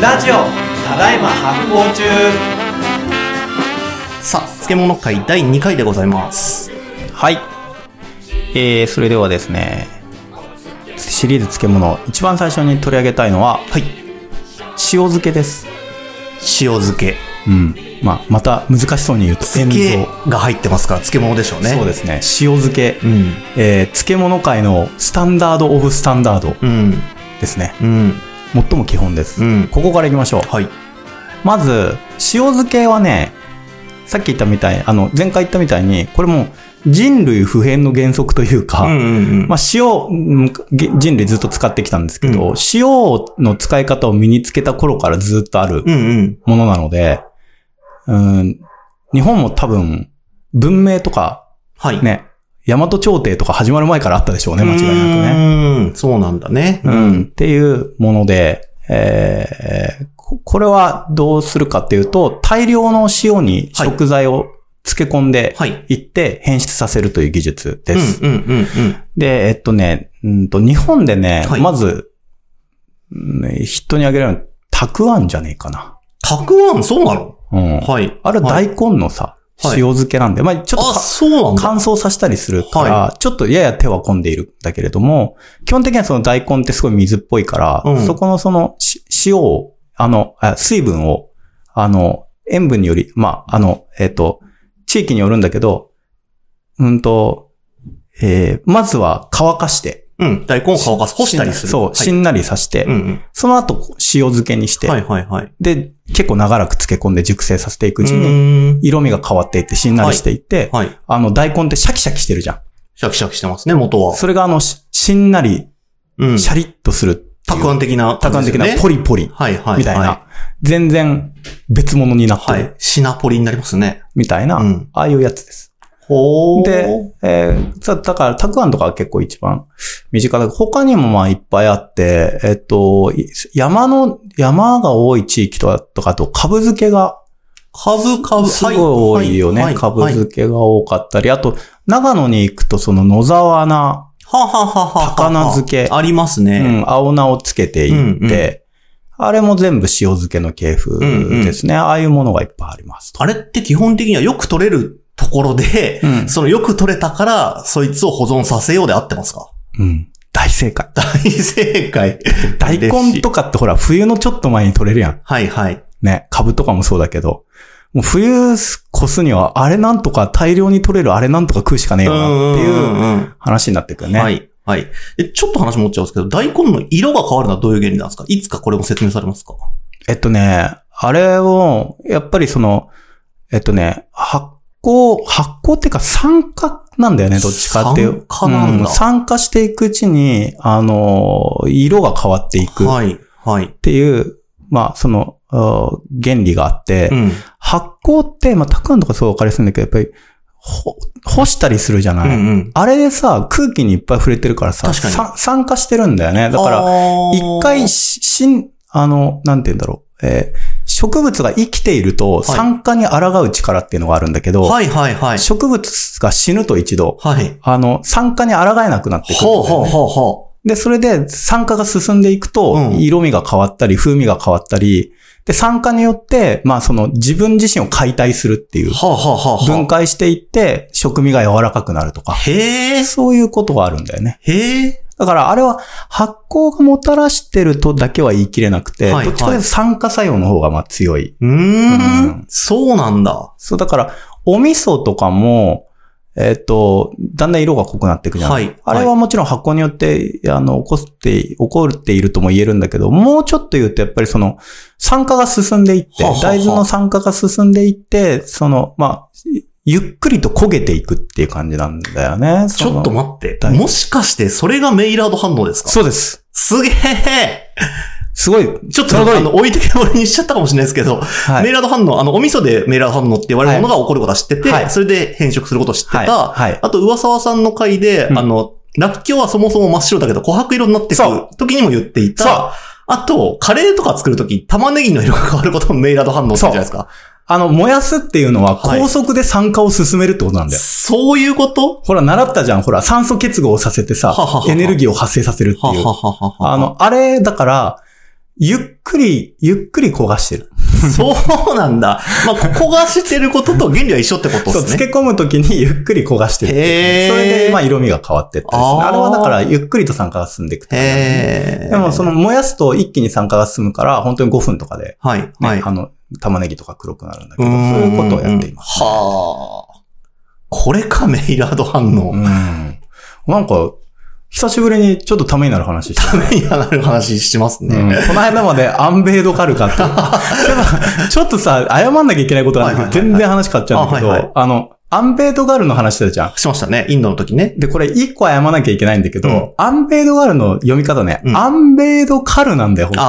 ラジオただいま発行中さあ、漬物会第2回でございます。はい。えー、それではですね、シリーズ漬物、一番最初に取り上げたいのは、はい。塩漬けです。塩漬け。うん。まあ、また難しそうに言うと、漬けが入ってますから、漬物でしょうね。。そうですすね。塩漬け。うん。えー漬物界のスタンダード・オブ・スタンダードうん。ですね。うん。最も基本です。うんここから行きましょう。はい。まず、塩漬けはね、さっき言ったみたい、あの、前回言ったみたいに、これも人類普遍の原則というか、うんまあ、塩、うんげ人類ずっと使ってきたんですけど、うん塩の使い方を身につけた頃からずっとあるうんうん。ものなので、うん、日本も多分、文明とか、はい。。ね、大和朝廷とか始まる前からあったでしょうね、間違いなくね。ね。うん。そうなんだね。うん、っていうもので、えーここれはどうするかっていうと、大量の塩に食材を漬け込んではい。いって変質させるという技術です。うんうんうんうん。で、えっとね、うんと、日本でね、はいまず、うん人にあげられるのは、たくあんじゃねえかな。たくあん、そうなのうん。はい。あれははい大根のさ、塩はい漬けなんで、まあちょっあ、とそうなんかだ。乾燥させたりするから、ちょっとやや手は込んでいるんだけれども、基本的にはその大根ってすごい水っぽいから、うんそこのそのし塩を、あの、あ水分を、あの、塩分により、まあ、あの、えっ、と、地域によるんだけど、うんと、えーまずは乾かして、うん。大根を乾かす。干したりする。そう、はいしんなりさして、うんその後、こう塩漬けにしうて、ん。はいはいはい。で、結構長らく漬け込んで熟成させていくうちに、ん。色味が変わっていって、しんなりしていって、はい。あの、大根ってシャキシャキしてるじゃシャキシャキしてますね、元ん。は。それがあの、ししんなり、うん。シャリッとするってたいう。くあん的なたくあ感んじ的ですね。な、ポリポリ、はいはい。みたいはな。全然、別物になってはる、い。シナポリになりますね。みたいな、うんああいうやつです。ほで、えー、さだから、たくあんとかは結構一番身近だ。他にもまあいっぱいあって、えっと、い山の、山が多い地域とか、とかあと、株漬けが株、株、すごい多いよね。は株はい漬けが多かったり、あと、長野に行くとその野沢菜、ははははは。高菜漬けありますうね。ん、青菜をつけていって、うんあれも全部塩漬けの系風ですね。ああいうものがいっぱいありますと。あれって基本的にはよく取れるところで、うんそのよく取れたから、そいつを保存させようで合ってますか うん。大正解。大正解。大根とかってほら、冬のちょっと前に取れるやん。はいはい。ね、株とかもそうだけど、もう冬越すには、あれなんとか大量に取れるあれなんとか食うしかねえよなっていううん話になってくるね。はい。はい。で、ちょっと話戻っちゃうんですけど、大根の色が変わるのはどういう原理なんですかいつかこれも説明されますかえっとね、あれを、やっぱりその、えっとね、発酵、発酵っていうか酸化なんだよね、どっちかっていう。酸化なんだう酸化していくうちに、あの、色が変わっていくっはい。はい。ていう、まあ、その、あ原理があって、うん。発酵って、まあ、たくあんとかすごいわかりやすいんだけど、やっぱり、ほ、干したりするじゃうない、んうん。あれでさ、空気にいっぱい触れてるからさ、確かにさ酸化してるんだよね。だから、ら一回し、しん、あの、なんて言うんだろう。えー植物が生きていると酸化に抗う力っていうのがあるんだけど、はいはいはい。植物が死ぬと一度、はい。あの、酸化に抗えなくなってくるんほうだよほうね、ほうほで、それで酸化が進んでいくと、うん色味が変わったり、風味が変わったり、で、酸化によって、まあその自分自身を解体するっていうう。、ほうほうほうほう。分解していって食味が柔らかくなるとか、へえ、そういうことがあるんだよね。へえ、だからあれは発酵がもたらしてるとだけは言い切れなくて、はいはいどっちかというと酸化作用の方がまあ強い。うーんうそうなんだ。そう、だからお味噌とかも、えっ、と、だんだん色が濃くなっていくじゃん。はいあれはもちろん発酵によって、あの、起こって、起こっているとも言えるんだけど、もうちょっと言うとやっぱりその、酸化が進んでいって、はあはあ大豆の酸化が進んでいって、その、まあ、ゆっくりと焦げていくっていう感じなんだよね。ちそょのっと待って。大もしかして、それがメイラード反応ですかそうです。すげえすごい。ちょっそのと、通りあの、置いてけぼりにしちゃったかもしれないですけど、はメイラード反応、あの、お味噌でメイラード反応って言われるものが起こることは知ってて、はいそれで変色することを知ってた。はいはいあと、上沢さんの回で、うんあの、ラッキョウはそもそも真っ白だけど、琥珀色になってくそ時にも言っていそうた。あと、カレーとか作る時玉ねぎの色が変わることもメイラード反応って言うじゃないですか。あの、燃やすっていうのははい高速で酸化を進めるってことなんだよ。そういうことほら、習ったじゃん。ほら、酸素結合をさせてさははは、はエネルギーを発生させるってはいう。はははは。あの、あれ、だから、ゆっくり、ゆっくり焦がしてる。そうなんだ。まあ、焦がしてることと原理は一緒ってことそう、です漬ね。け込むときに ゆっくり焦がしてる。へーそれで、まあ、色味が変わってったりですね。あーあれはだから、ゆっくりと酸化が進んでいくって感じなんですねへえ。でも、そ、の、燃やすと一気に酸化が進むから、本当に5分とかで、はい、ねはい。あの、玉ねぎとか黒くなるんだけど、そういうことをやっています。うんはあ。これか、メイラード反応。うん。なんか、久しぶりにちょっとためになる話してためにはなる話しますうね。ん、この間までアンベイドカルカって。そういえばちょっとさ、謝んなきゃいけないことなんだけど、はいはいはいはい全然話変わっちゃうんだけど、あ,、あはいはいの、アンベイドガルの話してたじゃん。しましたね。インドの時ね。で、これ一個謝んなきゃいけないんだけど、うんアンベイドガルの読み方ね、うんアンベイドカルなんだよ、本当は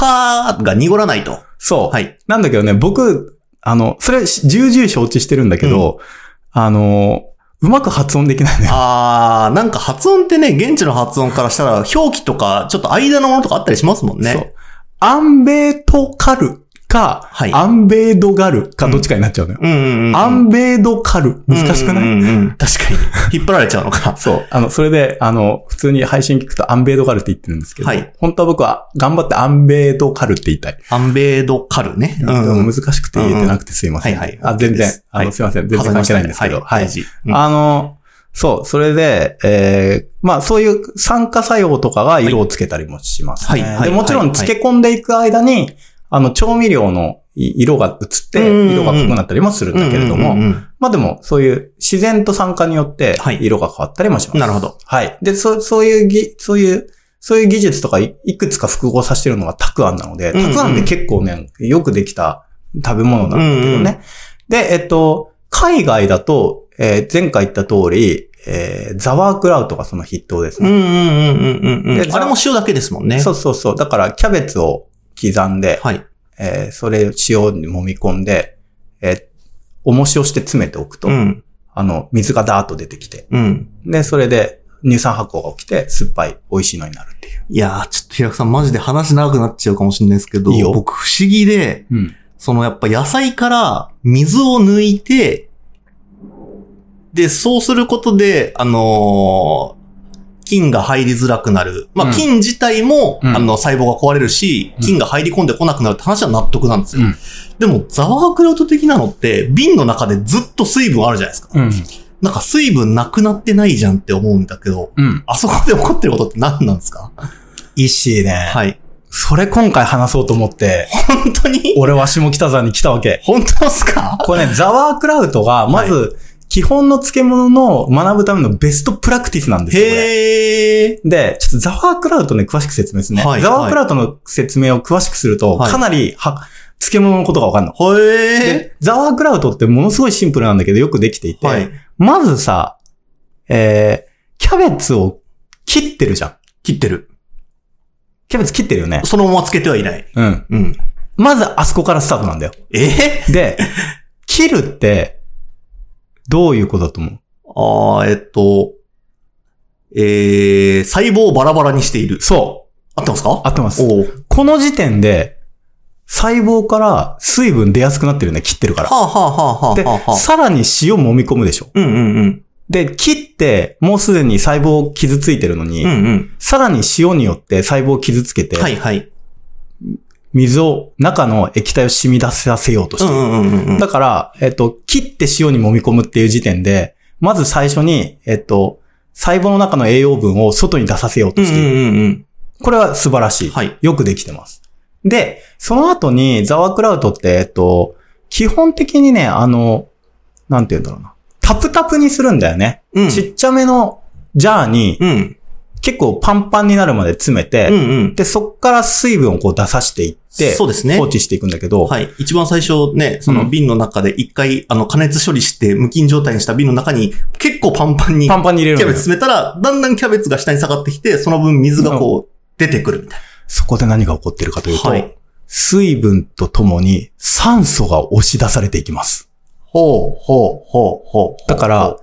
ああ、かが濁らないと。そう、はい。なんだけどね、僕、あの、それ、し重々承知してるんだけど、あの、うまく発音できないね。ああ、なんか発音ってね、現地の発音からしたら、表記とか、ちょっと間のものとかあったりしますもんそね。う。アンベイトカルか、はいアンベイドガルか、どっちかになっちゃうのよ。うんうんうん。アンベイドカル。難しくない、うんうんうん確かに。引っ張られちゃうのか。そう。あの、それで、あの、普通に配信聞くとアンベイドカルって言ってるんですけど、はい本当は僕は頑張ってアンベイドカルって言いたい。アンベードカルね。難しくて言えてなくてすいません。うんうんはいはいあ、全 OK 然です、あはの、いすいません。全然関係ないんですけど。はい。大事うんあの、そう、それで、えーまあそういう酸化作用とかが色をつけたりもします、ね。はいはいでもちろはんい漬け込んでいく間に、あの、調味料のい色が移って、色が濃くなったりもするんだけれども、うんうんうんまあでも、そういう自然と酸化によっては、い色が変わったりもします。なるほど。はい。で、そう、そういうぎ、そういう、そういう技術とかいいくつか複合させてるのがたくあんなので、うんうんたくあんって結構ね、よくできた食べ物なんだけどね。うんうんで、えっと、海外だと、えー前回言った通り、えーザワークラウトがその筆頭ですうんね。うんうんうんうんうでん。あれも塩だけですもんね。そうそうそう。だから、キャベツを刻んで、はい。えーそれを塩に揉み込んで、えー重しをして詰めておくと、うん。あの、水がダーッと出てきて、うん。で、それで乳酸発酵が起きて、酸っぱい、美味しいのになるっていう。いやー、ちょっと平くさんマジで話長くなっちゃうかもしれないですけど、いいよ僕不思議で、うん。そのやっぱ野菜から水を抜いて、で、そうすることで、あのー菌が入りづらくなる。まうあ、ん菌自体も、うんあの、細胞が壊れるし、うん菌が入り込んでこなくなるって話は納得なんですよ。うんでも、ザワークラウト的なのって、瓶の中でずっと水分あるじゃないですか。うん。なんか水分なくなってないじゃんって思うんだけど、うん。あそこで起こってることって何なんですかいいしね。はい。それ今回話そうと思って、本当に俺は下北沢に来たわけ。本当ですかこれね、ザワークラウトが、まず、基本の漬物の学ぶためのベストプラクティスなんですよ。これへー。で、ちょっとザワークラウトね、詳しく説明するね。はいザワークラウトの説明を詳しくすると、はいかなり、は、漬物のことがわかんの。へー。で、ザワークラウトってものすごいシンプルなんだけど、よくできていて、はい。まずさ、えー、キャベツを切ってるじゃん。切ってる。キャベツ切ってるよね。そのままつけてはいない。うん。うん。まずあそこからスタートなんだよ。ええ で、切るって、どういうことだと思うあーえっと、えー、細胞をバラバラにしている。そう。合ってますか合ってます。おうこの時点で、細胞から水分出やすくなってるね。切ってるかはら。あ、はあはあはあではあ、はあ、さらに塩揉み込むでしょ。うんうんうん。で、切って、もうすでに細胞傷ついてるのに、うんうん。さらに塩によって細胞を傷つけて、はいはい。水を、中の液体を染み出させようとしてうる。んうんうんうん。だから、えっと、切って塩に揉み込むっていう時点で、まず最初に、えっと、細胞の中の栄養分を外に出させよううとんしている。うんうんこれは素晴らしうい。ん。はい。よくできてます。で、その後にザワークラウトって、えっと、基本的にね、あの、なんて言うんだろうな。タプタプにするんだよね。うん。ちっちゃめのジャーにうん。結構パンパンになるまで詰めて、うんうん。で、そっから水分をこう出さしていって、そうですね放。置していくんだけど、はい。一番最初ね、そうのん瓶の中で一回、あの、加熱処理して無菌状態にした瓶の中に結構パンパンにキパャンパンに入れるベのツよ詰めたら、だんだんキャベツが下に下がってきて、その分水がこう、出てくるみたいそこで何が起こってるかというと、はい水分とともに酸素が押し出されていきます。な。ほうほうほうほう。だから、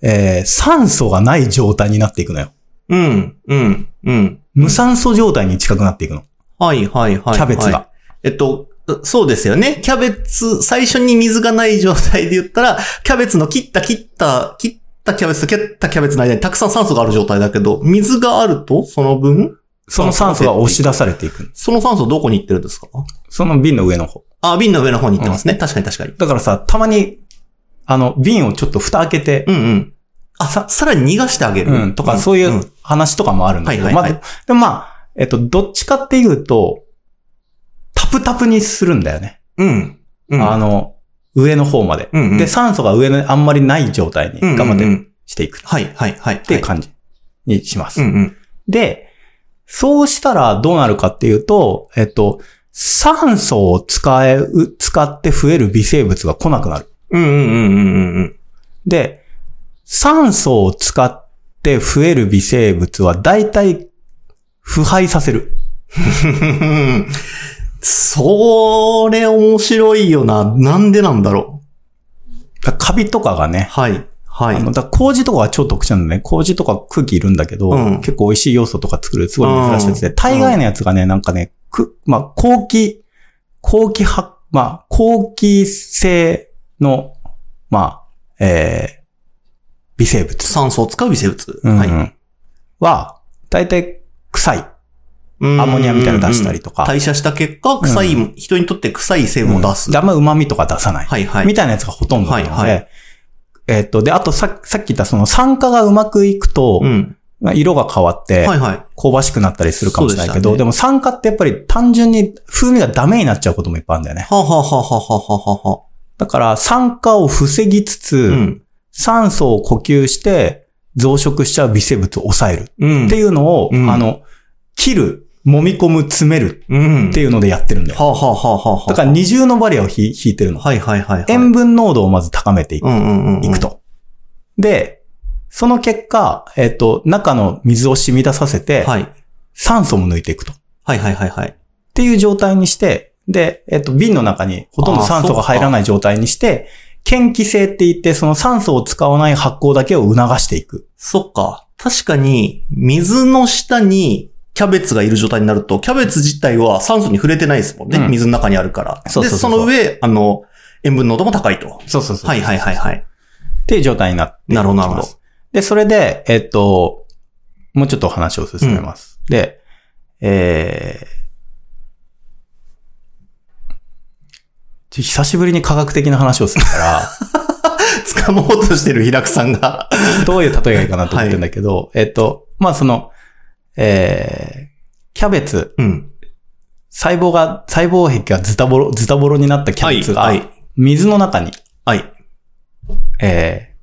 えー酸素がない状態になっていくのよ。うん、うん、うん。無酸素状態に近くなっていくの。はいはいはい。キャベツが。はい。えっと、そうですよね。キャベツ、最初に水がない状態で言ったら、キャベツの切った切った、切ったキャベツと切ったキャベツの間にたくさん酸素がある状態だけど、水があると、その分その酸素が押し出されていく。その酸素どこに行ってるんですかその瓶の上の方。あ、瓶の上の方に行ってますね。確かに確かに。だからさ、たまに、あの、瓶をちょっと蓋開けて、うんうん。あ、さ、さらに逃がしてあげる。うん、とか、そういんう話とかもあるんだけど、はいはいはいまあ、でもまあ、えっと、どっちかっていうと、タプタプにするんだよね。うん。うん。あの、上の方まで、うんうんで、酸素が上のあんまりない状態にうんうんうん頑張ってしていくっはいはいはい。っていう感じにします。うんうん。で、そうしたらどうなるかっていうと、えっと、酸素を使えう、使って増える微生物が来なくなる。うんうんうんうんうんうん。で、酸素を使って増える微生物は大体腐敗させる。うんそれ面白いよな。なんでなんだろだカビとかがう。ね、はい。はい。あの、だ麹とかは超特徴なんだね。麹とか空気いるんだけど、うん結構美味しい要素とか作る、すごい珍しいやつで、うん大概のやつがね、なんかね、く、まあ、後期、後期発、まあ、後期性の、まあ、えー、微生物。酸素を使う微生物。うんはい。は、大体臭い。アアンモニアみたいなの出したりとか代謝した結果、臭い、人にとって臭い成分を出す。であんま旨味とか出さない。はいはい。みたいなやつがほとんどなので、はいはえーっと、で、あとささっき言ったその酸化がうまくいくと、うん。まあ色が変わって、はいはい。香ばしくなったりするかもしれないけど、そうででしたねも酸化ってやっぱり単純に風味がダメになっちゃうこともいっぱいあるんだよね。はあはあはあはあはあはあはあ。だから酸化を防ぎつつ、うん。酸素を呼吸して増殖しちゃう微生物を抑えるうん。っていうのを、うんあの、切る、揉み込む、詰めるうん。っていうのでやってるんだよ。はあはあはあはあはあ。だから二重のバリアをひ引いてるの。はいはいはいはい。塩分濃度をまず高めていく,、うんうんうん。いく。と。で、その結果、えっ、と、中の水を染み出させて、はい。酸素も抜いていくと。はいはいはいはい。っていう状態にして、で、えっと、瓶の中にほとんど酸素が入らない状態にして、嫌気性って言って、その酸素を使わない発酵だけを促していく。そっか。確かに、水の下にキャベツがいる状態になると、キャベツ自体は酸素に触れてないですもんね。うん水の中にあるから。そうそうそうそうで、その上、あの、塩分濃度も高いと。そうそうそはいはいはいはい。っていう状態になっていきますなるほどなるほど。で、それで、えっと、もうちょっとお話を進めます。で、えー、ちょ久しぶりに科学的な話をするから、 掴もうとしてる平久さんが。 どういう例えがいいかなと思ってるんだけど、えっと、まあ、その、えー、キャベツ、うん。細胞が、細胞壁がズタボロ、ズタボロになったキャベツはがいはい、水の中に、はい。え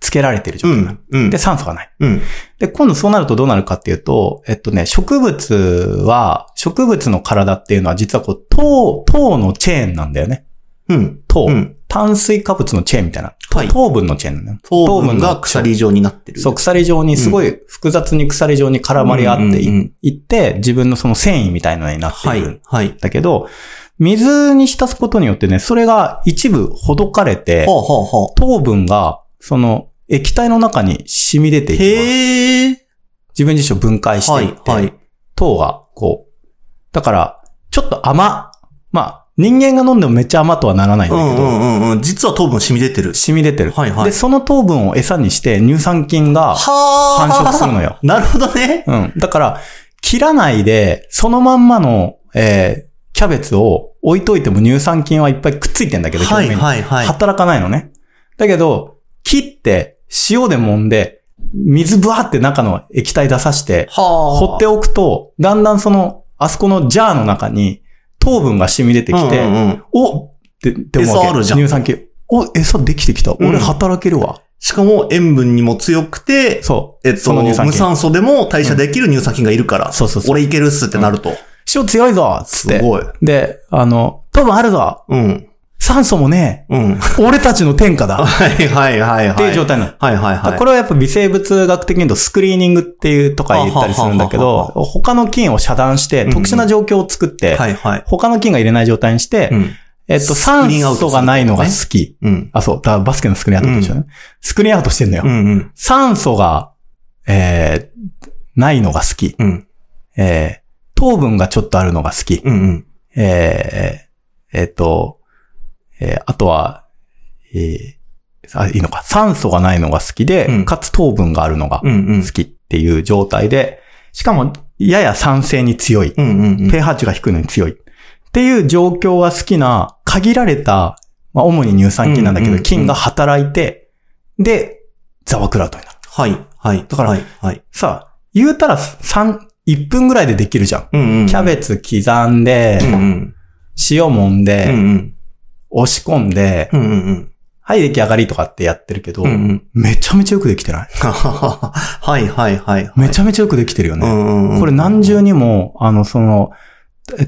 ー、つけられている状う態になる。ん。うんで、。酸素がない。うん。で、今度そうなるとどうなるかっていうと、えっとね、植物は、植物の体っていうのは実はこう、糖、糖のチェーンなんだよね。うん。糖。うん。炭水化物のチェーンみたいな。はい。糖分のチェーンなんだよ。糖分が鎖状になってる。そう、鎖状に、すごい複雑に鎖状に絡まり合ってい,、うんうんうんって、自分のその繊維みたいなのになってはいいる。。はい。だけど、水に浸すことによってね、それが一部ほどかれてはあ、はあはあ。糖分が、その、液体の中に染み出ていきます。へえ。自分自身を分解してはいいっ。て、はい。糖が、こう。だから、ちょっと甘。まあ、人間が飲んでもめっちゃ甘とはならないんうだけど、んうんうんうん。実は糖分染み出てる。染み出てる、はいはいで、その糖分を餌にして乳酸菌が繁はあ。殖するのよ。 なるほどね。うん。だから、切らないで、そのまんまの、えー、キャベツを置いといても乳酸菌はいっぱいくっついてんだけど、はい表面にはいはい。働かないのね。だけど、切って、塩で揉んで、水ぶわって中の液体出さして、はあ。放っておくと、だんだんその、あそこのジャーの中に糖分が染み出てきて、うんうんうんおって、って思う餌あわるけ。じゃん乳酸菌。お、餌できてきた。ん俺働けるわ。しかも塩分にも強くて、そう。えっと、その乳酸無菌。酸素でも代謝できる乳酸菌がいるから、そうそうそう俺いけるっすってなると。塩強いぞっつっすて。ごい。で、あの、糖分あるぞうん。酸素もねうん。俺たちの天下だっ はいはいはいはい。ていう状態なの。はいはいだかはらい。これはやっぱ微生物学的に言うとスクリーニングっていうとか言ったりするんだけははど、他の菌を遮断してうん特殊な状況を作って、はいはい。他の菌が入れない状態にして、うん。えっと、スク酸リーンアウ素トするがないのが好き。うん。あ、そう。だからバスケのスクリーンアウトでしょね。スクリーンアウトしてんだよ。うんうん。酸素が、えー、ないのが好き。うん。えー、糖分がちょっとあるのが好き。うんうん。えー、えっと、えーあとは、えーあ、いいのか。酸素がないのが好きで、うんかつ糖分があるのがうんうん好。きっていう状態で、しかもやや酸性に強い。うんうんうん。 pH 値が低いのに強い。っていう状況が好きな、限られた、まあ、主に乳酸菌なんだけうんうんうど、ん菌が働いて、で、ザワクラウトになる。はい、はい。だからはい、はい。さあ、言うたら3、1分ぐらいでできるじゃん。うんうん。キャベツ刻んで、うんうん。塩揉んうんうで、ん。押し込んで、うんうんうん。はい、出来上がりとかってやってるけど、うんうん。 めちゃめちゃよくできてないはい、はい、はい。めちゃめちゃよくできてるよね。うんうん。これ何重にも、あの、その、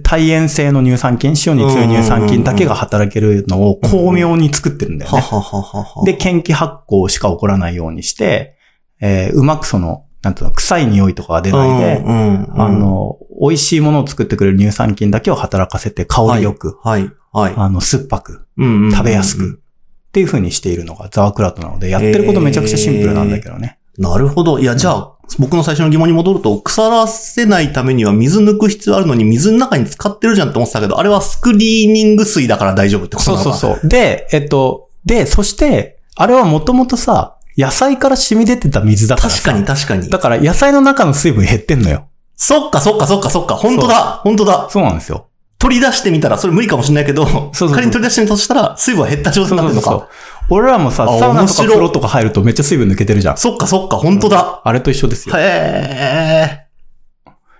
耐塩性の乳酸菌、塩に強い乳酸菌だけが働けるのを巧妙に作ってるんだよはね。はははは。で、、研気発酵しか起こらないようにして、えーうまくその、なんていうの、臭い匂いとかが出うないんで、うん。あ、の、美味しいものを作ってくれる乳酸菌だけを働かせて、香りよく、はい、はい。あの、酸っぱく、うんうん食べやすく、。っていう風にしているのがザワクラウトなので、やってることめちゃくちゃシンプルなんだけどね。なるほど。いや、じゃあ、僕の最初の疑問に戻ると、腐らせないためには水抜く必要あるのに、水の中に使ってるじゃんって思ってたけど、あれはスクリーニング水だから大丈夫ってことそうなのそかうそう。で、えっと、で、そして、あれはもともとさ、野菜から染み出てた水だから確さかに確かに。だから野菜の中の水分減ってんのよ。そっかそっかそっかそっか。本当だ本当だそうなんですよ。取り出してみたら、それ無理かもしれないけど、そうそう仮に取り出してみたとしたら、水分は減った状態そうにそうなってるそうのそかう。。俺らもさ、あサウナとか面白い風呂とか入るとめっちゃ水分抜けてるじゃん。そっかそっか、本当だ。あれと一緒ですよ。へえ。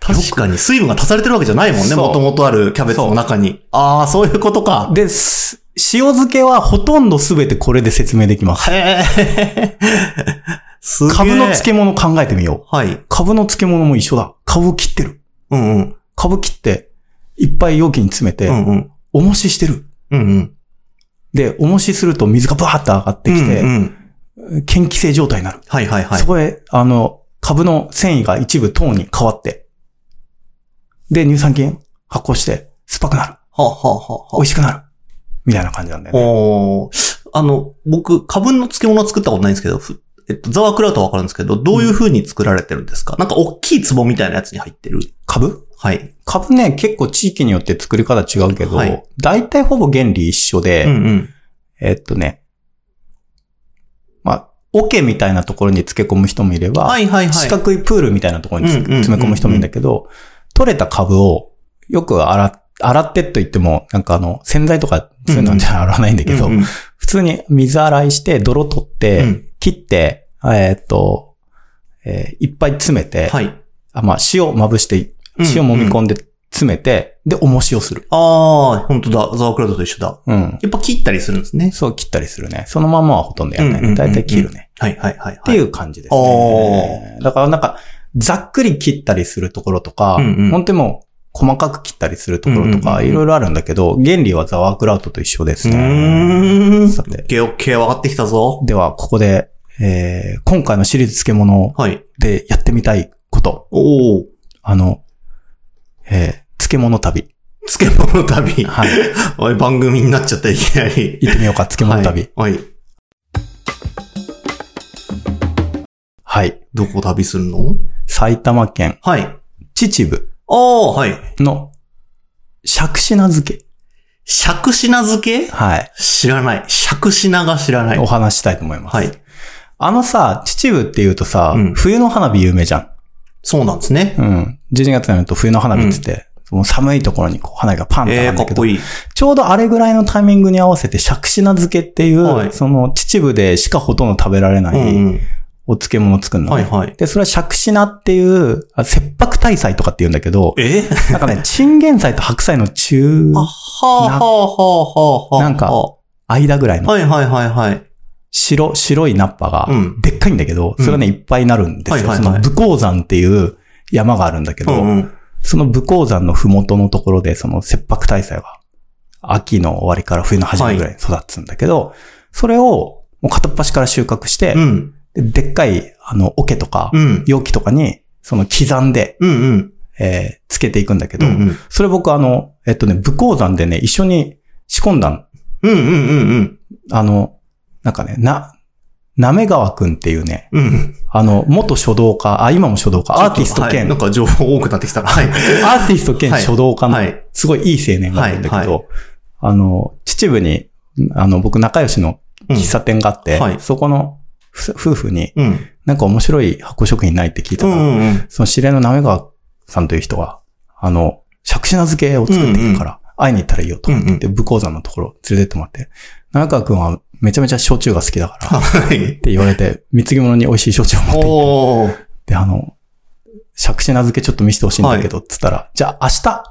確かに、水分が足されてるわけじゃないもんね。そうもともとあるキャベツの中に。ああ、そういうことか。で、す塩漬けはほとんど全てこれで説明できます。へ え。すげえ。株の漬物考えてみよう。はい。株の漬物も一緒だ。株を切ってる。うんうん。株切って、いっぱい容器に詰めて、うんうん。重ししてる。うんうん。で、重しすると水がバーッと上がってきて、うんうん嫌気性状態になる。はいはいはいそ。こへ、あの、株の繊維が一部糖に変わって、で、乳酸菌発酵して、酸っぱくなる。はあはあはあはあ美味しくなる。みたいな感じなんだよね。おーあの、僕、花粉の漬物は作ったことないんですけど、ふえっと、ザワークラウトはわかるんですけど、どういう風に作られてるんですか、なんか大きい壺みたいなやつに入ってる。株はい。株ね、結構地域によって作り方違うけど、はい大体ほぼ原理一緒で、うんうん。えっとね、まあ、桶みたいなところに漬け込む人もいれば、はいはいはい。四角いプールみたいなところにつうんうんうんうん詰め込む人もいるんだけど、取れた株をよく洗っ、洗ってと言っても、なんかあの、洗剤とかそういうのじゃ洗わないんだけどうん、うん普通に水洗いして、泥取って、うん切って、えーっと、えーいっぱい詰めて、はい。あまあ、塩まぶして、塩もみ込で。んで詰めて、で、重しをする。ああ、本当だ。ザワークラウトと一緒だ。うん。やっぱ切ったりするんですね。そう切ったりするね。そのままはほとんどやらないうんうんうんうね。だいんたい切るね。はいはいはい、はい。っっていう感じですね。だからなんか、ざっくり切ったりするところとか、うんうん本当にもう細かく切ったりするところとうんうんうんか、うんいろいろあるんだけど、原理はザワークラウトと一緒ですうね。ーん。さオてッケーオッケー、分かってきたぞ。では、ここで、えー今回のシリーズ漬物はい。でやってみたいこと。おお。あの、えー漬物旅。漬物旅。はい。おい、番組になっちゃった、いきなり。行ってみよう か、漬物旅。はい。はい。はい。どこ旅するの埼玉県はい。秩父ああ、はい。の、しゃくしな漬け。しゃくしな漬けはい。知らない。しゃくしなが知らないお。話ししたいと思います。はい。あのさ、秩父って言うとさ、うん冬の花火有名じゃん。そうなんですねう。ん。12月になると冬の花火ってって、もう寒いところにこう花火がパンって上えがえるんかだっけど、こいい。ちょうどあれぐらいのタイミングに合わせて、しゃくしな漬けっていう、はいその秩父でしかほとんど食べられなういんうん。お漬物を作るのね、はいはい。で、それはしゃくしなっていう、あ切迫大祭とかって言うんだけど、えなん かね、チンゲン菜と白菜の中あはあはあはあはあはあ。なんかは間ぐらいのいはいはいはい。白、白いナッパがうん、でっかいんだけど、それがね、いっぱいになるんですはいよ。はいそはのい武甲山っていう山があるんだけうど、んうん。その武甲山のふもとのところで、その切迫大祭が、秋の終わりから冬の初めぐらいに育つんだけど、それを、もう片っ端から収穫してう、ん。ででっかい、あの、桶とかう、ん。容器とかに、その刻んで、うんうん。えーつけていくんだけうど、んうん。それ僕あの、えっとね、武甲山でね、一緒に仕込んだんうんうんうんあの、なんかね、な、なめがわくんっていうね、うん。うん。あの、元書道家、あ、今も書道家、アーティストはい兼、なんか情報多くなってきたな。はい。アーティスト兼はい書道家のはい、すごいいい青年がいるんだけはいど、はあの、秩父に、あの、僕仲良しのうん喫茶店があって、うんはいそこのふ夫婦に、うん。なんか面白い発酵食品ないって聞いたうら、んうんうん。その知り合いのなめがさんという人が、あの、釈子名漬けを作っているから、会いに行ったらいいよと。うんうんで、武甲山のところ連れてってもらって、長川くんはめちゃめちゃ焼酎が好きだから、っはい。て言われて、貢ぎ物に美味しい焼酎を持って行っておー。で、あの、借子名付けちょっと見せてほしいんだけど、つったら、じゃあ明日、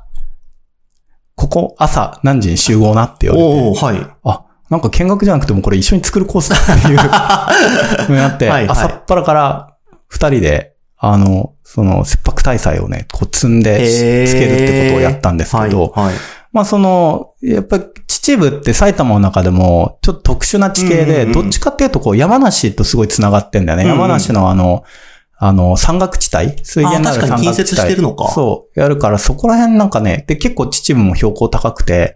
ここ朝何時に集合なって言われおて、ー、はい。あ、なんか見学じゃなくてもこれ一緒に作るコースだって いうのになって、はいはい朝っぱらから二人で、あの、その切迫大祭をね、こう積んでへーつけるってことをやったんですはけい。ど、はい。まあその、やっぱり秩父って埼玉の中でもちょっと特殊な地形うんうで、んうんどっちかっていうとこう山梨とすごい繋がってんだよね。うんうん山梨のあの、あの、山岳地帯水源のあるあ確か山岳地帯。に近接してるのかそう。やるからそこら辺なんかね、で結構秩父も標高高くて、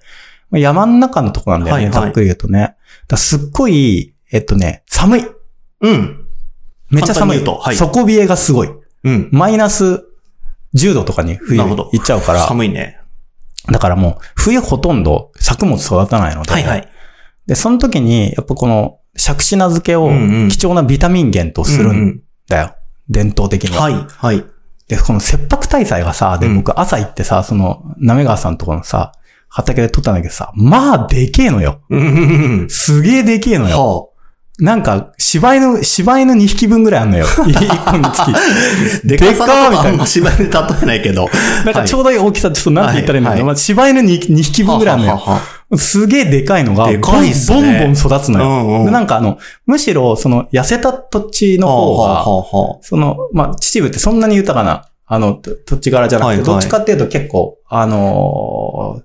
まあ山の中のとこなんだよね、はいはいざっくり言うとね。だからすっごい、えっとね、寒い。うん。めっちゃ寒簡単にい。言うとはい底冷えがすごい。うん。マイナス10度とかに冬なるほど行っちゃうから。寒いね。だからもう、冬ほとんど作物育たないので、はいはい。で、その時に、やっぱこの、杓子名漬けをうんうん貴重なビタミン源とするうんんだよ。伝統的うんには。はい、はい。で、この切迫大祭がさ、で、うん僕朝行ってさ、その、なめ川さんとこのさ、畑で取ったんだけどさ、まあ、でけえのよ。うんうんうんすげえでけえのよ。はなんか、柴犬、柴犬2匹分ぐらいあんのよ。1個につき。あ。でかさとかあんま芝居で例えないけど。なんかちょうどいい大きさ、ちょっとなんて言ったらいいんだろうはいはいまあ、柴犬 2, 匹分ぐらいあんのよ。はすげえでかいのが、でかいっすねボンボン育つあのはあよ。はあ。でなか、んかあの、むしろ、その、痩せた土地のはあ方はがあ、はあその、まあ、秩父ってそんなに豊かな、あの、と土地柄じゃなくて、はいはいどっちかっていうと結構、あのー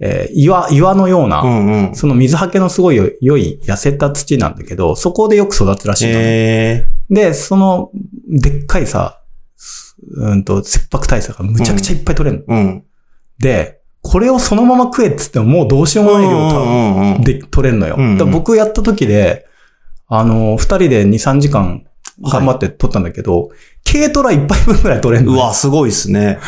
えー岩、岩のような、うんうん。その水はけのすごいよ良い痩せた土なんだけど、そこでよく育つらしいのね、えで、その、でっかいさ、すうんと、切迫大佐がむちゃくちゃいっぱい取れるの、ー。うん。で、これをそのまま食えっつってももうどうしようもない量を取るうんうんうんで、取れんのよ。うんうんだから僕やった時で、あの、二人で2、3時間頑張って取ったんだけど、軽トラ一杯分ぐらい取れんのうよ。わ、すごいっすね。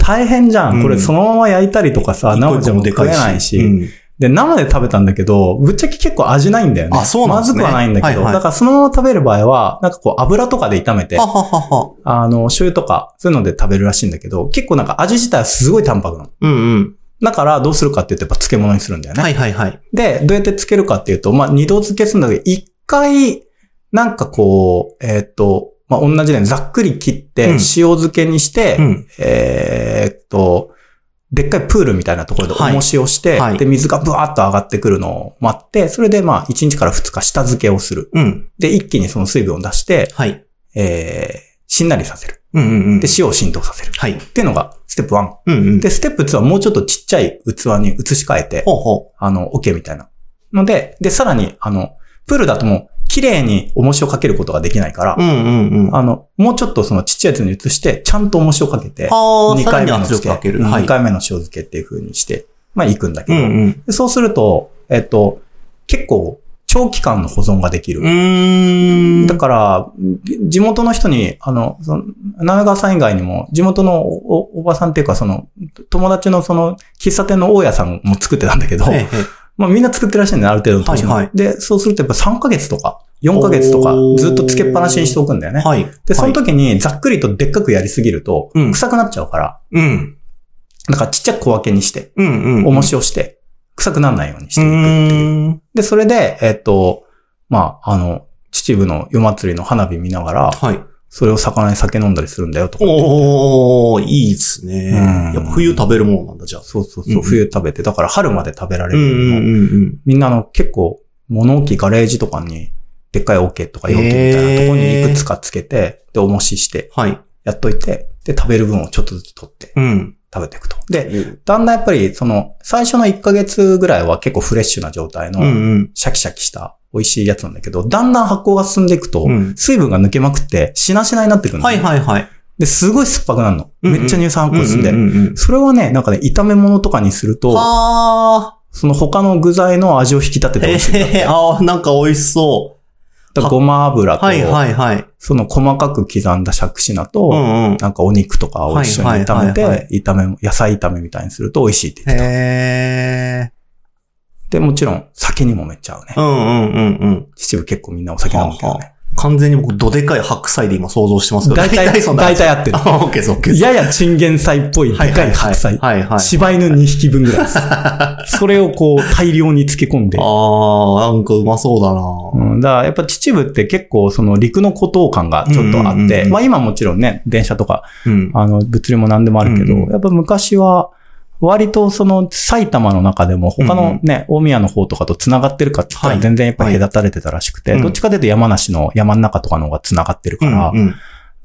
大変じゃ。うんんこれそのまま焼いたりとかさ、生じゃも食えないし、うんで、生で食べたんだけど、ぶっちゃけ結構味ないんだよね。あそうなんですねまずくはないんだけど、はいはいだからそのまま食べる場合は、なんかこう油とかで炒めては、ははは。あの、醤油とか、そういうので食べるらしいんだけど、結構なんか味自体はすごい淡白なの。うんうん。だからどうするかって言うとやっぱ漬物にするんだよね。はいはいはい。で、どうやってつけるかっていうと、まあ、二度漬けするんだけど、一回、なんかこう、えーっ、と、まあ、同じね、ざっくり切って、うん塩漬けにして、うん。えーっと、でっかいプールみたいなところではい重しをして、はいで、水がブワーッと上がってくるのを待って、それでまあ、1日から2日下漬けをする。うん。で、一気にその水分を出して、はい。えー、しんなりさせる。うんうんうん。で、塩を浸透させる。はい。っていうのが、ステップ1。うんうん。で、ステップ2はもうちょっとちっちゃい器に移し替えて、ほうほあの、OK みたいな。ので、で、さらに、あの、プールだともう、綺麗に重しをかけることができないから、う。うんうんうん。ああの、もうちょっとそのちっちゃいやつに移して、ちゃんと重しをかけて、あー、二さらにの圧漬力かける。うんは二い。回目の塩漬けっていう風にして、まあ、行くんだけうど、んうん。でそうすると、えっと、結構、長期間の保存ができる。うーん。だから、地元の人に、あの、その、長川さん以外にも、地元のおおおばさんっていうか、その、友達のその、喫茶店の大家さんも作ってたんだけど、ええまあみんな作ってらっしゃるんだよ、ある程度の年はいはいで、そうするとやっぱ3ヶ月とか、4ヶ月とかおー、ずっとつけっぱなしにしておくんだよね。はい。で、そのはい、時にざっくりとでっかくやりすぎるとうん、臭くなっちゃうから、うん。だからちっちゃく小分けにして、うんうん。重しをして、臭くならないようにしてういくっていう。ーん。で、それで、えっと、まあ、あの、秩父の夜祭りの花火見ながら、はい。それを魚に酒飲んだりするんだよとか。おー、いいですうねん。やっぱ冬食べるものなんだ、じゃあ。そうそううんそうう、ん冬食べて、だから春まで食べられうんるようなんううんみんなあの結構物置ガレージとかにでっかいオ、ケとか容器みたいなところにいくつかつけて、で、重しして、はい。やっといて、で、食べる分をちょっとずつ取ってうん。食べていくと。で、だんだんやっぱりその最初の1ヶ月ぐらいは結構フレッシュな状態うんうのん。シャキシャキした美味しいやつなんだけど、だんだん発酵が進んでいくとう、ん。水分が抜けまくって、しなしなになってくるのはいはいはい。で、すごい酸っぱくなるの。うんうんめっちゃ乳酸発酵進んうんで。うんうんうんそれはね、なんかね、炒め物とかにすると、はその他の具材の味を引き立ててー。美え味しいん だって。ー、あー、なんか美味しそだからごま油う。はいと、はいはい。その細かく刻んだシャクシナうと、んうん。なんかお肉とかを一緒に炒めはいはいはいて、炒めも、野菜炒めみたいにすると美味しいって言ってへで、もちろん酒にもめっちゃ合うねー。う。んうんうんうん。秩父結構みんなお酒飲むけどね。か完全に僕、どでかい白菜で今想像してますけど。大体、そんな大。体合ってる。あ、 オッケーです、オッケーです。ややチンゲン菜っぽい、ではいかい白菜。はいはいはい。柴犬2匹分ぐらい です。それをこう、大量に漬け込んで。ああ、なんかうまそうだなうん、だからやっぱ秩父って結構その陸の孤島感がちょっとあって、うんうんうんうんまあ今もちろんね、電車とか、うん。あの、物流も何でもあるけど、うんうんやっぱ昔は、割とその埼玉の中でも他のね、大宮の方とかと繋がってるかって言ったらはい全然やっぱり隔たれてたらしくて、はいどっちかというと山梨の山の中とかの方が繋がってるから、うんうん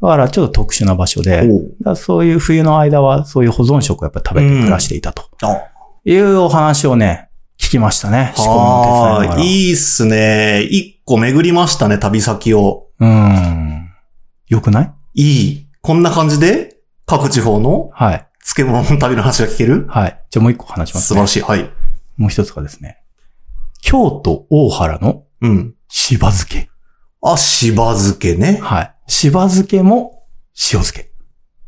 だからちょっと特殊な場所で、だかおうらそういう冬の間はそういう保存食をやっぱ食べて暮らしていたとあいうお話をね、聞きましたね。四国のは鉄ーい。いいっすね。一個巡りましたね、旅先を。うん。よくないいい。こんな感じで、各地方のはい。漬物の旅の話が聞けるはい。じゃあもう一個話します、素晴ね。らしい。はい。もう一つがですね、京都大原のうん。しば漬け。あ、しば漬けね。はい。しば漬けも塩漬け。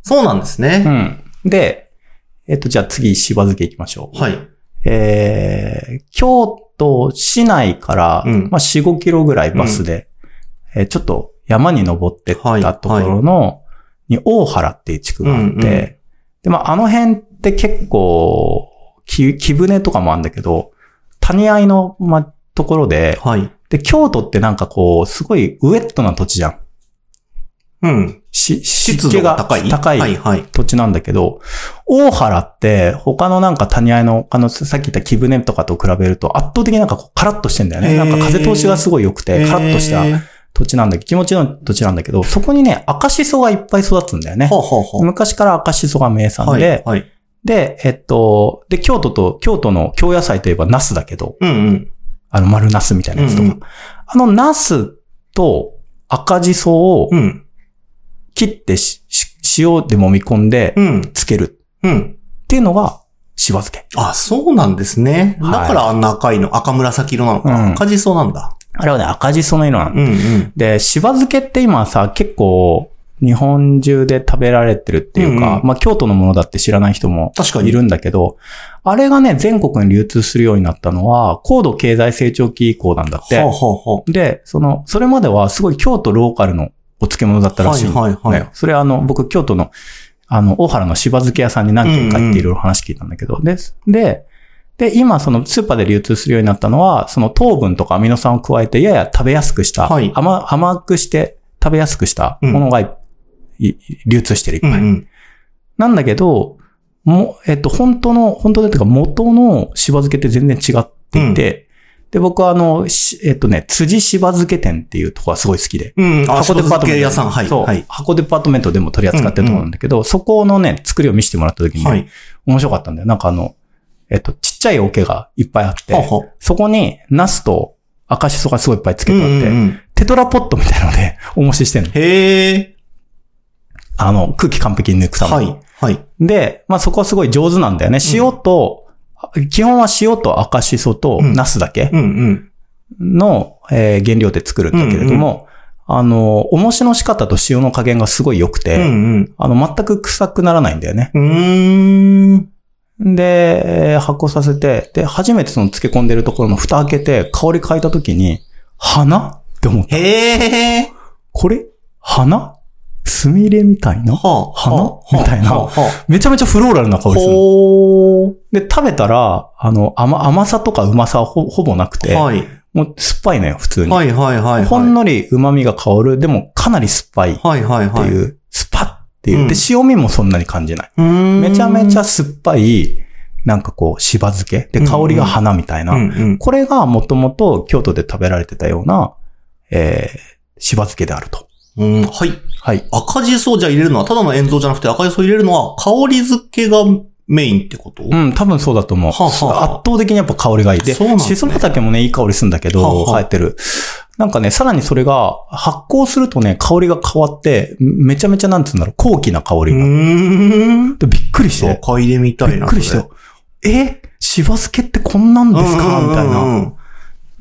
そうなんでうすね。ん。で、えっと、じゃあ次、しば漬け行きましょう。はい。えー、京都市内から、うんまあ、4、5キロぐらいバスで、えーちょっと山に登ってっはいたところの、に大原っていう地区があって、うんうんで、まあ、あの辺って結構、き木舟とかもあるんだけど、谷合の、まあ、ところで、はい。で、京都ってなんかこう、すごいウェットな土地じゃん。うん。し、湿湿気度がが高い高はいいはい。土地なんだけど、大原って他のなんか谷合の、あの、さっき言った木舟とかと比べると圧倒的になんかこうカラッとしてんだよね。へーなんか風通しがすごい良くて、カラッとしたえー土地なんだけど、気持ちのいい土地なんだけど、そこにね、赤シソがいっぱい育つんだよねはあ。は昔から赤シソが名あ産はあ。で、はい。はい。で、えっと、で、京都と、京都の京野菜といえばナスだけど、うんうん。あの丸ナスみたいなやつとか。うんうんあのナスと赤シソをうん。切ってしし塩で揉み込んで、うん。つけるうん。っていうのが、しば漬け。あ、そうなんですね。だはいからあんな赤いの、赤紫色なのうんか。赤じそうなんだ。あれはね、赤じその色なの。うんうん。で、しば漬けって今さ、結構、日本中で食べられてるっていうか、うんうんまあ、京都のものだって知らない人も確かに。いるんだけど、あれがね、全国に流通するようになったのは、高度経済成長期以降なんだっはてあ。はで、その、それまではすごい京都ローカルのお漬物だったあはらあ。はしいいんだよ。はいはい。それはあの、僕、京都の、あの、大原のしば漬け屋さんに何軒か行っていろいろ話聞いたんだけど、で、で、で、今、そのスーパーで流通するようになったのは、その糖分とかアミノ酸を加えて、やや食べやすくした、はい甘、甘くして食べやすくしたものがい、い流通してるいっぱうい。んうん。なんだけど、も、えっと、本当の、本当でっていうか、元のしば漬けって全然違っていて、で、僕はあの、しえっとね、辻しば漬け店っていうとこがすごい好きで、うん、箱あ、箱デデパーパトーメント。ト。屋さん、はい。そう、はい。箱デパートメントでも取り扱ってると思うんだけど、そこのね、作りを見せてもらった時に、ねはい面白かったんだよ。なんかあの、えっと、ちっちゃい桶がいっぱいあって、はそこに、ナスと赤しそがすごいいっぱいつうけんてあっうて、んうん。テトラポットみたいなので、 おもししてんの。へえ。あの、空気完璧に抜くたはめに。い。はい。で、まあ、そこはすごい上手なんだよね。塩と、基本は塩と赤しそとうんナスだけ。うんうん。の、えー原料で作るんだけれども、あの、おもしの仕方と塩の加減がすごい良くて、うんあの、全く臭くならないんだよね。うん。うーん。で、えー発酵させて、で、初めてその漬け込んでるところの蓋開けて、香り嗅いだ時に、花って思った。へえ。これ花スミレみたいなはあ。花はあみたいなはあはめちゃめちゃフローラルなあ香りする。ほー。で、食べたら、あの、甘、甘さとかうまさはほほぼなくて、はい。もう酸っぱいのよ、普通に。はいはいはい。ほんのり旨味が香る、でもかなり酸っぱいっはいはいてはい。いう、スパッっていう。うんで、塩味もそんなに感じない。めめちゃめちゃ、酸っぱい、なんかこう、しば漬け。で、うんうん香りが花みたいな。うんうん。これがもともと京都で食べられてたような、えー、しば漬けであると。うん、はい。はい。赤じそをじゃあ入れるのは、ただの塩蔵じゃなくて赤じそを入れるのは、香り付けがメインってことうん、多分そうだと思う。はあはあ圧倒的にやっぱ香りがいい。で、そうなんだねシソ畑もね、いい香りするんだけど、はあはあ生えてる。なんかね、さらにそれが発酵するとね、香りが変わって、めちゃめちゃなんつうんだろう、高貴な香りうになるーん。でびっくりして。赤入れみたいな。びっくりしそて。えしば漬けってこんなんれですかみたいうんうんうんな。うん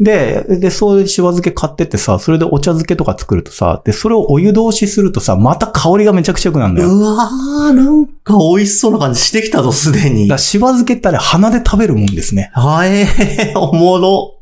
で、で、そういうしば漬け買ってってさ、それでお茶漬けとか作るとさ、で、それをお湯通しするとさ、また香りがめちゃくちゃ良くなるんだよ。うわー、なんか美味しそうな感じしてきたぞ、すでだにから。しば漬けってあれ鼻で食べるもんですね。はえー、おもろ。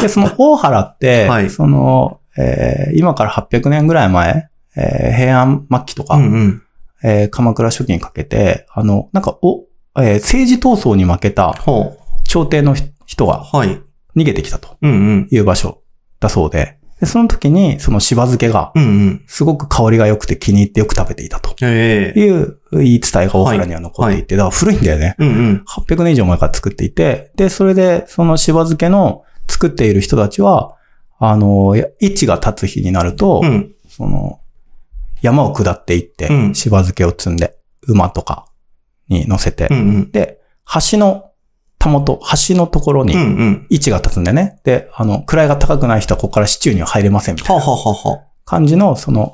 で、その大原って、はいその、えー今から800年ぐらい前、えー平安末期とか、うんうん。えー鎌倉初期にかけて、あの、なんか、お、えー政治闘争に負けたほ朝廷の人人う。がはい。逃げてきたとうんうん。いう場所だそうで、でその時にその柴漬けがうんうん。すごく香りが良くて気に入ってよく食べていたとええいう言い伝えが大原には残っていて、だから古いんだよね。うんうん。 800年以上前から作っていて、で、それで、その柴漬けの作っている人たちは、あの、や位置が立つ日になると、うん。その、山を下っていって、うん柴漬けを積んで、馬とかに乗せて、うんうん。で、橋のたもと、橋のところうんうにん。位置が立つんでね、で、あの、位が高くない人はここから市中には入れませんみたいはなははは。感じの、その、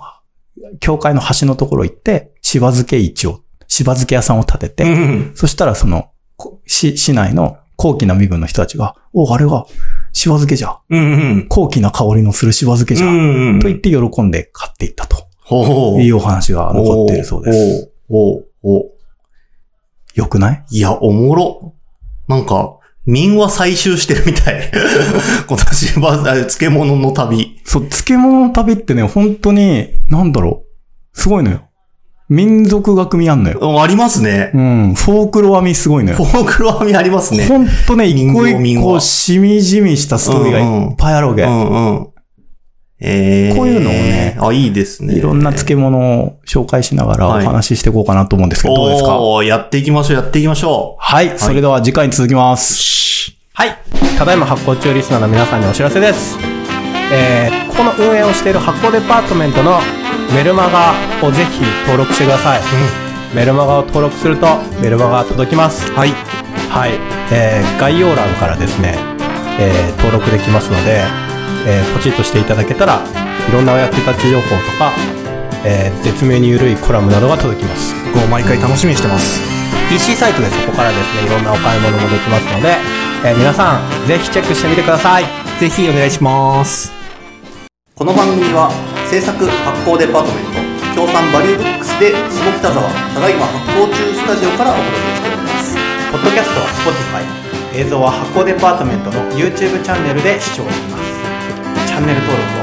教会の橋のところ行って、柴漬け市を、柴漬け屋さんを建てて、うんうん。そしたらその、こ市、市内の高貴な身分の人たちが、お、あれが、しば漬けじゃ。うんうん。高貴な香りのするしば漬けじゃ。うんうん。と言って喜んで買っていったと。ほうほう。いうお話が残っているそうです。おー。おーおーおーよくないいや、おもろ。なんか、民話採集してるみたい。今年は、あ漬物の旅。そう、漬物の旅ってね、本当に、なんだろう。すごいのよ。民族学味あんのよ。うんありますねう。ん、フォークロア味すごいのよフ。ォークロアミありますね。ほんとね、一民謡個一民個謡しみじみしたストーリーがいっぱいあるわけう。んうん。ええこういうのをねあ、いいですね。いろんな漬物を紹介しながらお話ししていこうかなと思うんですけど、どうですかおーやっていきましょう、やっていきましょはい、それでは次回に続きます。はい。ただいま発行中リスナーの皆さんにお知らせです。えー、ここの運営をしている発行デパートメントのメルマガをぜひ登録してください。メルマガを登録するとメルマガが届きます。はい。はい。えー、概要欄からですね、えー、登録できますので、えー、ポチッとしていただけたら、いろんなお役立ち情報とか、えー、絶妙に緩いコラムなどが届きます。う。僕も毎回楽しみにしてます。 PC サイトでそこからですねいろんなお買い物もできますので、えー皆さんぜひチェックしてみてくださいぜひお願いしますこの番組は制作発行デパートメント協賛バリューブックスで下北沢ただいま発行中スタジオからお届けしておりますポッドキャストは Spotify 映像は発行デパートメントの YouTube チャンネルで視聴できますチャンネル登録